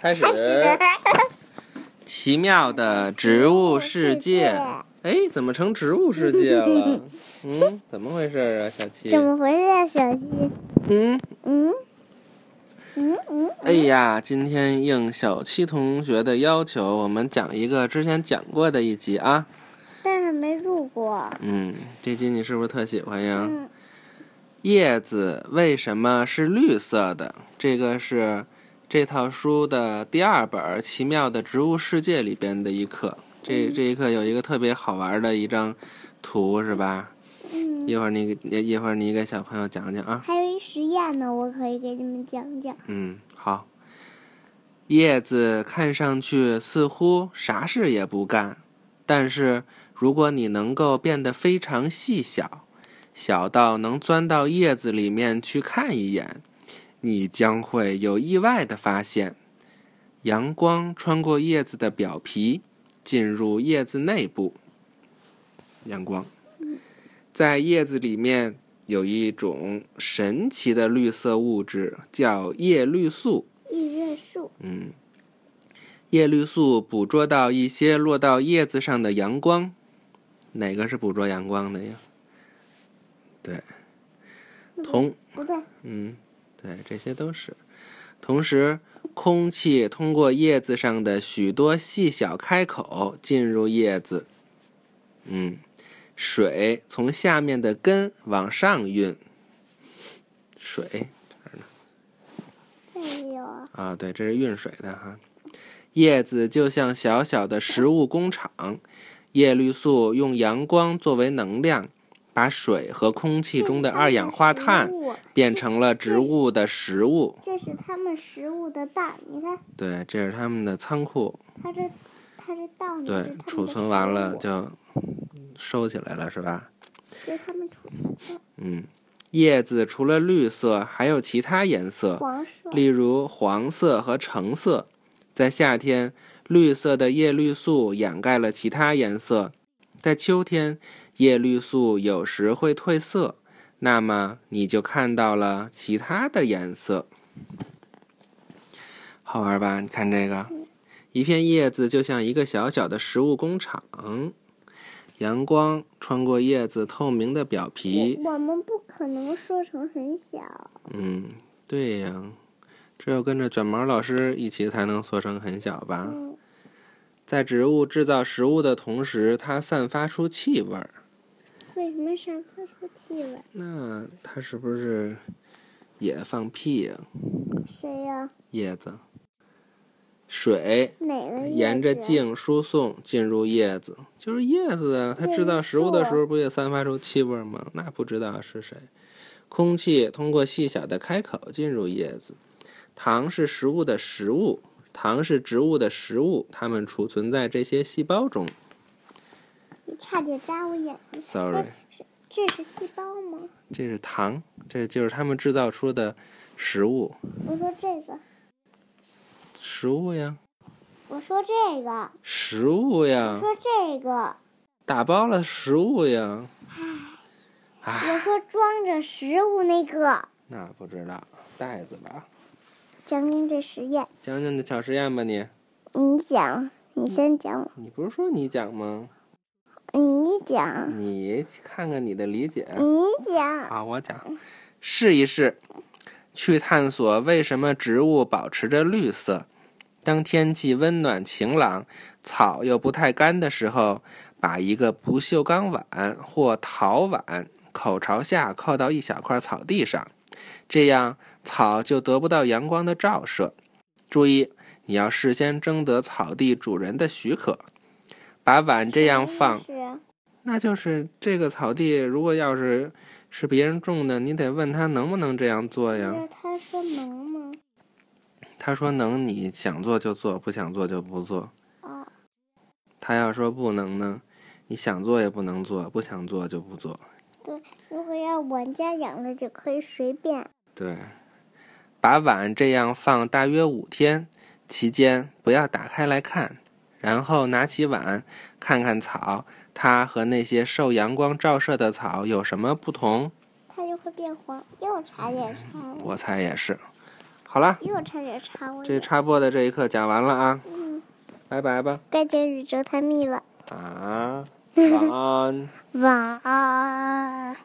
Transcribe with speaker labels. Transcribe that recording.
Speaker 1: 开始
Speaker 2: 开始。
Speaker 1: 奇妙的植物世界。哎，怎么成植物世界 了？嗯，怎么回事啊，小七？
Speaker 2: 怎么回事啊，小鸡？
Speaker 1: 嗯，
Speaker 2: 嗯嗯嗯，
Speaker 1: 哎呀，今天应小七同学的要求，我们讲一个之前讲过的一集啊。
Speaker 2: 但是没录过。
Speaker 1: 嗯，这集你是不是特喜欢呀？
Speaker 2: 嗯，
Speaker 1: 叶子为什么是绿色的？这个是这套书的第二本《奇妙的植物世界》里边的一课。这这一课有一个特别好玩的一张图，是吧？
Speaker 2: 嗯，
Speaker 1: 一会儿你给一一会儿你给小朋友讲讲啊。
Speaker 2: 还有一实验呢，我可以给你们讲讲。
Speaker 1: 嗯，好。叶子看上去似乎啥事也不干，但是如果你能够变得非常细小，小到能钻到叶子里面去看一眼，你将会有意外的发现。阳光穿过叶子的表皮，进入叶子内部。阳光在叶子里面有一种神奇的绿色物质，叫叶绿素。
Speaker 2: 预热术，
Speaker 1: 嗯，叶绿素捕捉到一些落到叶子上的阳光，哪个是捕捉阳光的呀？对，同
Speaker 2: 不对，
Speaker 1: 嗯，对，这些都是。同时，空气通过叶子上的许多细小开口进入叶子。嗯，水从下面的根往上运。水
Speaker 2: 这里有啊。
Speaker 1: 啊，对，这是运水的哈。叶子就像小小的食物工厂，叶绿素用阳光作为能量，把水和空气中的二氧化碳变成了植物的食物。
Speaker 2: 这是他们食物的蛋，你看
Speaker 1: 对，这是他们的仓库，
Speaker 2: 它这它嗯这蛋呢
Speaker 1: 对，储存完了，就收起来了，是吧？
Speaker 2: 这是他们储存的
Speaker 1: 嗯，叶子除了绿色，还有其他颜色，
Speaker 2: 黄色。
Speaker 1: 例如黄色和橙色。在夏天，绿色的叶绿素掩盖了其他颜色；在秋天，叶绿素有时会褪色，那么你就看到了其他的颜色。好玩吧？你看这个，一片叶子就像一个小小的食物工厂，阳光穿过叶子透明的表皮，
Speaker 2: 我我们不可能说成很小，
Speaker 1: 嗯，对呀，只有跟着卷毛老师一起才能缩成很小吧。
Speaker 2: 嗯，
Speaker 1: 在植物制造食物的同时，它散发出气味儿，
Speaker 2: 为什么上课出气味？
Speaker 1: 那它是不是也放屁呀、
Speaker 2: 谁呀、
Speaker 1: 叶子，水
Speaker 2: 哪个叶子？
Speaker 1: 呃沿着茎输送进入叶子，就是叶子啊。它制造食物的时候不也散发出气味儿吗？那不知道是谁。空气通过细小的开口进入叶子。糖是食物的食物，糖是植物的食物，它们储存在这些细胞中。
Speaker 2: 你差点扎我眼睛。
Speaker 1: Sorry，
Speaker 2: 这是细胞吗？
Speaker 1: 这是糖，这就是它们制造出的食物，
Speaker 2: 我说这个，
Speaker 1: 食物呀，
Speaker 2: 我说这个，
Speaker 1: 食物
Speaker 2: 我
Speaker 1: 呀，
Speaker 2: 说这个，
Speaker 1: 打包了食物呀。唉，
Speaker 2: 我说装着食物那个。
Speaker 1: 那不知道袋子吧。
Speaker 2: 讲讲这实验，
Speaker 1: 讲讲这小实验吧你，
Speaker 2: 你讲，你先讲，
Speaker 1: 你不是说你讲吗？
Speaker 2: 你讲，
Speaker 1: 你看看你的理解。
Speaker 2: 你讲。
Speaker 1: 好，我讲，试一试，去探索为什么植物保持着绿色。当天气温暖晴朗，草又不太干的时候，把一个不锈钢碗或陶碗口朝下扣到一小块草地上，这样草就得不到阳光的照射。注意，你要事先征得草地主人的许可。把碗这样放，
Speaker 2: 什么意思啊
Speaker 1: 那就是这个草地，如果要是是别人种的，你得问他能不能这样做呀。
Speaker 2: 那他说能吗？
Speaker 1: 他说能，你想做就做，不想做就不做。
Speaker 2: 啊，
Speaker 1: 他要说不能呢，你想做也不能做，不想做就不做。
Speaker 2: 如果要我家养的就可以随便。
Speaker 1: 对，把碗这样放大约五天，期间不要打开来看，然后拿起碗看看草，它和那些受阳光照射的草有什么不同？
Speaker 2: 它就会变黄，又查也查了。
Speaker 1: 我猜也是。好啦，
Speaker 2: 又差点插我
Speaker 1: 这
Speaker 2: 眼。
Speaker 1: 插播的这一课讲完了啊，
Speaker 2: 嗯，
Speaker 1: 拜拜吧。
Speaker 2: 该讲宇宙探秘了。
Speaker 1: 啊，晚安。
Speaker 2: 晚安。